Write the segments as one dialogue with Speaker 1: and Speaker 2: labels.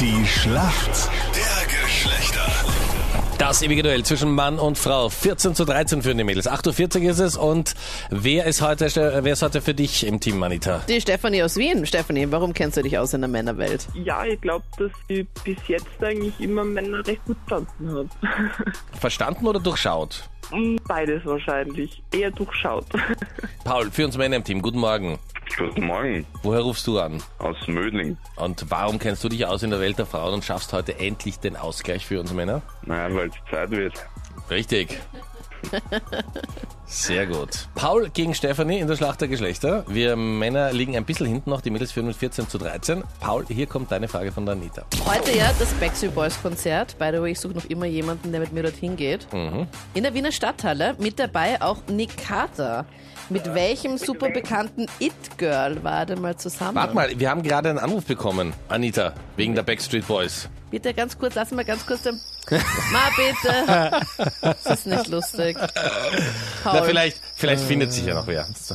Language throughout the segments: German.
Speaker 1: Die Schlacht der Geschlechter.
Speaker 2: Das ewige Duell zwischen Mann und Frau. 14 zu 13 für die Mädels. 8.40 Uhr ist es. Und wer ist heute, wer ist heute für dich im Team, Manita?
Speaker 3: Die Stefanie aus Wien. Stefanie, warum kennst du dich aus in der Männerwelt?
Speaker 4: Ja, ich glaube, dass ich bis jetzt eigentlich immer Männer recht gut verstanden habe.
Speaker 2: Verstanden oder durchschaut?
Speaker 4: Beides wahrscheinlich. Eher durchschaut.
Speaker 2: Paul, für uns Männer im Team. Guten Morgen.
Speaker 5: Guten Morgen
Speaker 2: Woher rufst du an?
Speaker 5: aus Mödling.
Speaker 2: Und warum kennst du dich aus in der Welt der Frauen und schaffst heute endlich den Ausgleich für uns Männer?
Speaker 5: Naja, weil es Zeit wird.
Speaker 2: Richtig. Sehr gut. Paul gegen Stefanie in der Schlacht der Geschlechter. Wir Männer liegen ein bisschen hinten noch, die Mädels führen mit 14 zu 13. Paul, hier kommt deine Frage von der Anita.
Speaker 3: Heute ja das Backstreet Boys Konzert. By the way, ich suche noch immer jemanden, der mit mir dorthin geht.
Speaker 2: Mhm.
Speaker 3: In der Wiener Stadthalle. Mit dabei auch Nick Carter. Mit welchem super bekannten It-Girl war er denn mal zusammen?
Speaker 2: Warte mal, wir haben gerade einen Anruf bekommen, Anita, wegen der Backstreet Boys.
Speaker 3: Bitte ganz kurz, lass mal ganz kurz den... Ma, bitte. Das ist nicht lustig. Paul,
Speaker 2: Na, vielleicht, vielleicht findet sich ja noch wer. So.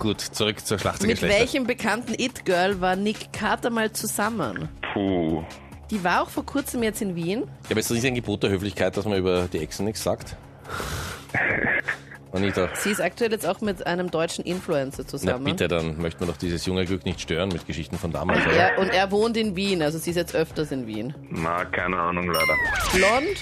Speaker 2: Gut, zurück zur Schlacht der
Speaker 3: mit
Speaker 2: Geschlechter.
Speaker 3: welchem bekannten It-Girl war Nick Carter mal zusammen?
Speaker 5: Puh.
Speaker 3: Die war auch vor kurzem jetzt in Wien.
Speaker 2: Ja, aber ist das nicht ein Gebot der Höflichkeit, dass man über die Echsen nichts sagt? Anita,
Speaker 3: Sie ist aktuell jetzt auch mit einem deutschen Influencer
Speaker 2: na
Speaker 3: zusammen.
Speaker 2: bitte, dann möchte man doch dieses junge Glück nicht stören mit Geschichten von damals. Oder?
Speaker 3: Ja, und er wohnt in Wien, also sie ist jetzt öfters in Wien.
Speaker 5: Na, keine Ahnung leider.
Speaker 3: Blond,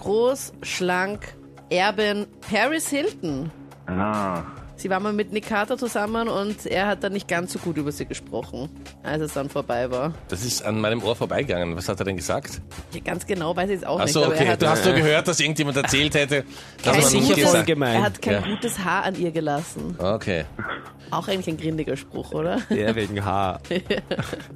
Speaker 3: groß, schlank, Erbin Paris Hilton.
Speaker 5: Ah.
Speaker 3: Sie war mal mit Nick Carter zusammen und er hat dann nicht ganz so gut über sie gesprochen, als es dann vorbei war.
Speaker 2: Das ist an meinem Ohr vorbeigegangen. Was hat er denn gesagt?
Speaker 3: Ja, ganz genau weiß ich es auch nicht.
Speaker 2: Achso,
Speaker 3: aber er
Speaker 2: okay.
Speaker 3: hat,
Speaker 2: Du hast so gehört, dass irgendjemand erzählt hätte, dass
Speaker 3: kein
Speaker 2: man
Speaker 6: sicher
Speaker 2: nicht
Speaker 3: gutes,
Speaker 6: voll
Speaker 2: gesagt
Speaker 6: gemein.
Speaker 3: er hat kein
Speaker 2: Ja.
Speaker 3: gutes Haar an ihr gelassen.
Speaker 2: Okay.
Speaker 3: Auch eigentlich ein grindiger Spruch, oder?
Speaker 6: Der wegen Haar.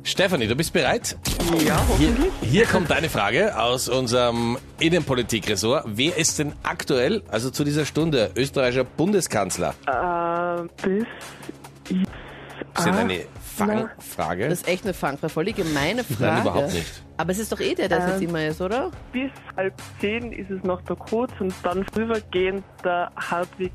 Speaker 2: Stefanie, du bist bereit? Ja, hoffentlich. Hier, hier kommt deine Frage aus unserem Innenpolitikressort. Wer ist denn aktuell, also zu dieser Stunde, österreichischer Bundeskanzler?
Speaker 4: Ähm, bis jetzt.
Speaker 2: Das ist ja eine
Speaker 4: na.
Speaker 2: Fangfrage.
Speaker 3: Ah, Das ist echt eine Fangfrage, voll die gemeine Frage.
Speaker 2: überhaupt nicht.
Speaker 3: Aber es ist doch eh der, der es jetzt
Speaker 4: Ähm.
Speaker 3: immer ist, oder?
Speaker 4: Bis halb zehn ist es noch der Kurz und dann vorübergehend der Hartwig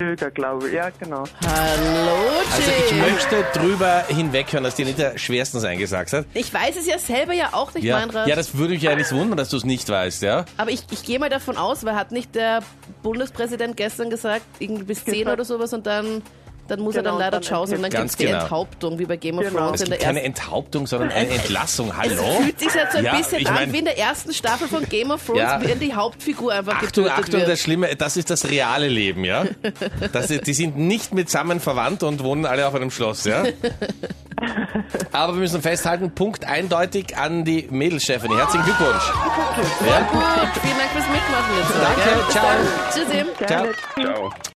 Speaker 4: Löger, glaube ich. Ja, genau.
Speaker 3: Hallo,
Speaker 2: Also ich
Speaker 3: Jay.
Speaker 2: möchte drüber hinweghören, dass die Anita schwerstens eingesagt hat.
Speaker 3: Ich weiß es ja selber ja auch nicht,
Speaker 2: Ja,
Speaker 3: Meinrad.
Speaker 2: ja, das würde mich ja nicht wundern, dass du es nicht weißt, ja?
Speaker 3: aber ich, ich gehe mal davon aus, weil hat nicht der Bundespräsident gestern gesagt, irgendwie bis 10
Speaker 4: Genau.
Speaker 3: oder sowas und dann, dann muss er
Speaker 4: Genau,
Speaker 3: dann leider
Speaker 4: dann
Speaker 3: tschaußen und dann gibt
Speaker 2: Ganz
Speaker 3: es die
Speaker 2: genau.
Speaker 3: Enthauptung, wie bei Game of
Speaker 4: Genau.
Speaker 3: Thrones
Speaker 2: Es
Speaker 3: in
Speaker 2: gibt
Speaker 3: der
Speaker 2: keine
Speaker 3: ersten
Speaker 2: Enthauptung, sondern eine Entlassung.
Speaker 3: es
Speaker 2: Hallo?
Speaker 3: fühlt sich halt so ein
Speaker 2: Ja,
Speaker 3: bisschen
Speaker 2: ich
Speaker 3: an
Speaker 2: mein-
Speaker 3: wie in der ersten Staffel von Game of Thrones,
Speaker 2: Ja.
Speaker 3: wenn die Hauptfigur einfach
Speaker 2: Achtung,
Speaker 3: getötet
Speaker 2: Achtung,
Speaker 3: wird.
Speaker 2: das Schlimme, das ist das reale Leben, ja? Das, ist- die sind nicht mitsammen verwandt und wohnen alle auf einem Schloss, ja? Aber wir müssen festhalten, Punkt eindeutig an die Mädels, Stefanie. Herzlichen Glückwunsch. Ja?
Speaker 3: Gut, vielen Dank fürs Mitmachen.
Speaker 2: Danke,
Speaker 3: Jetzt
Speaker 2: ciao.
Speaker 3: Tschüssi.
Speaker 2: Ciao.
Speaker 5: Ciao.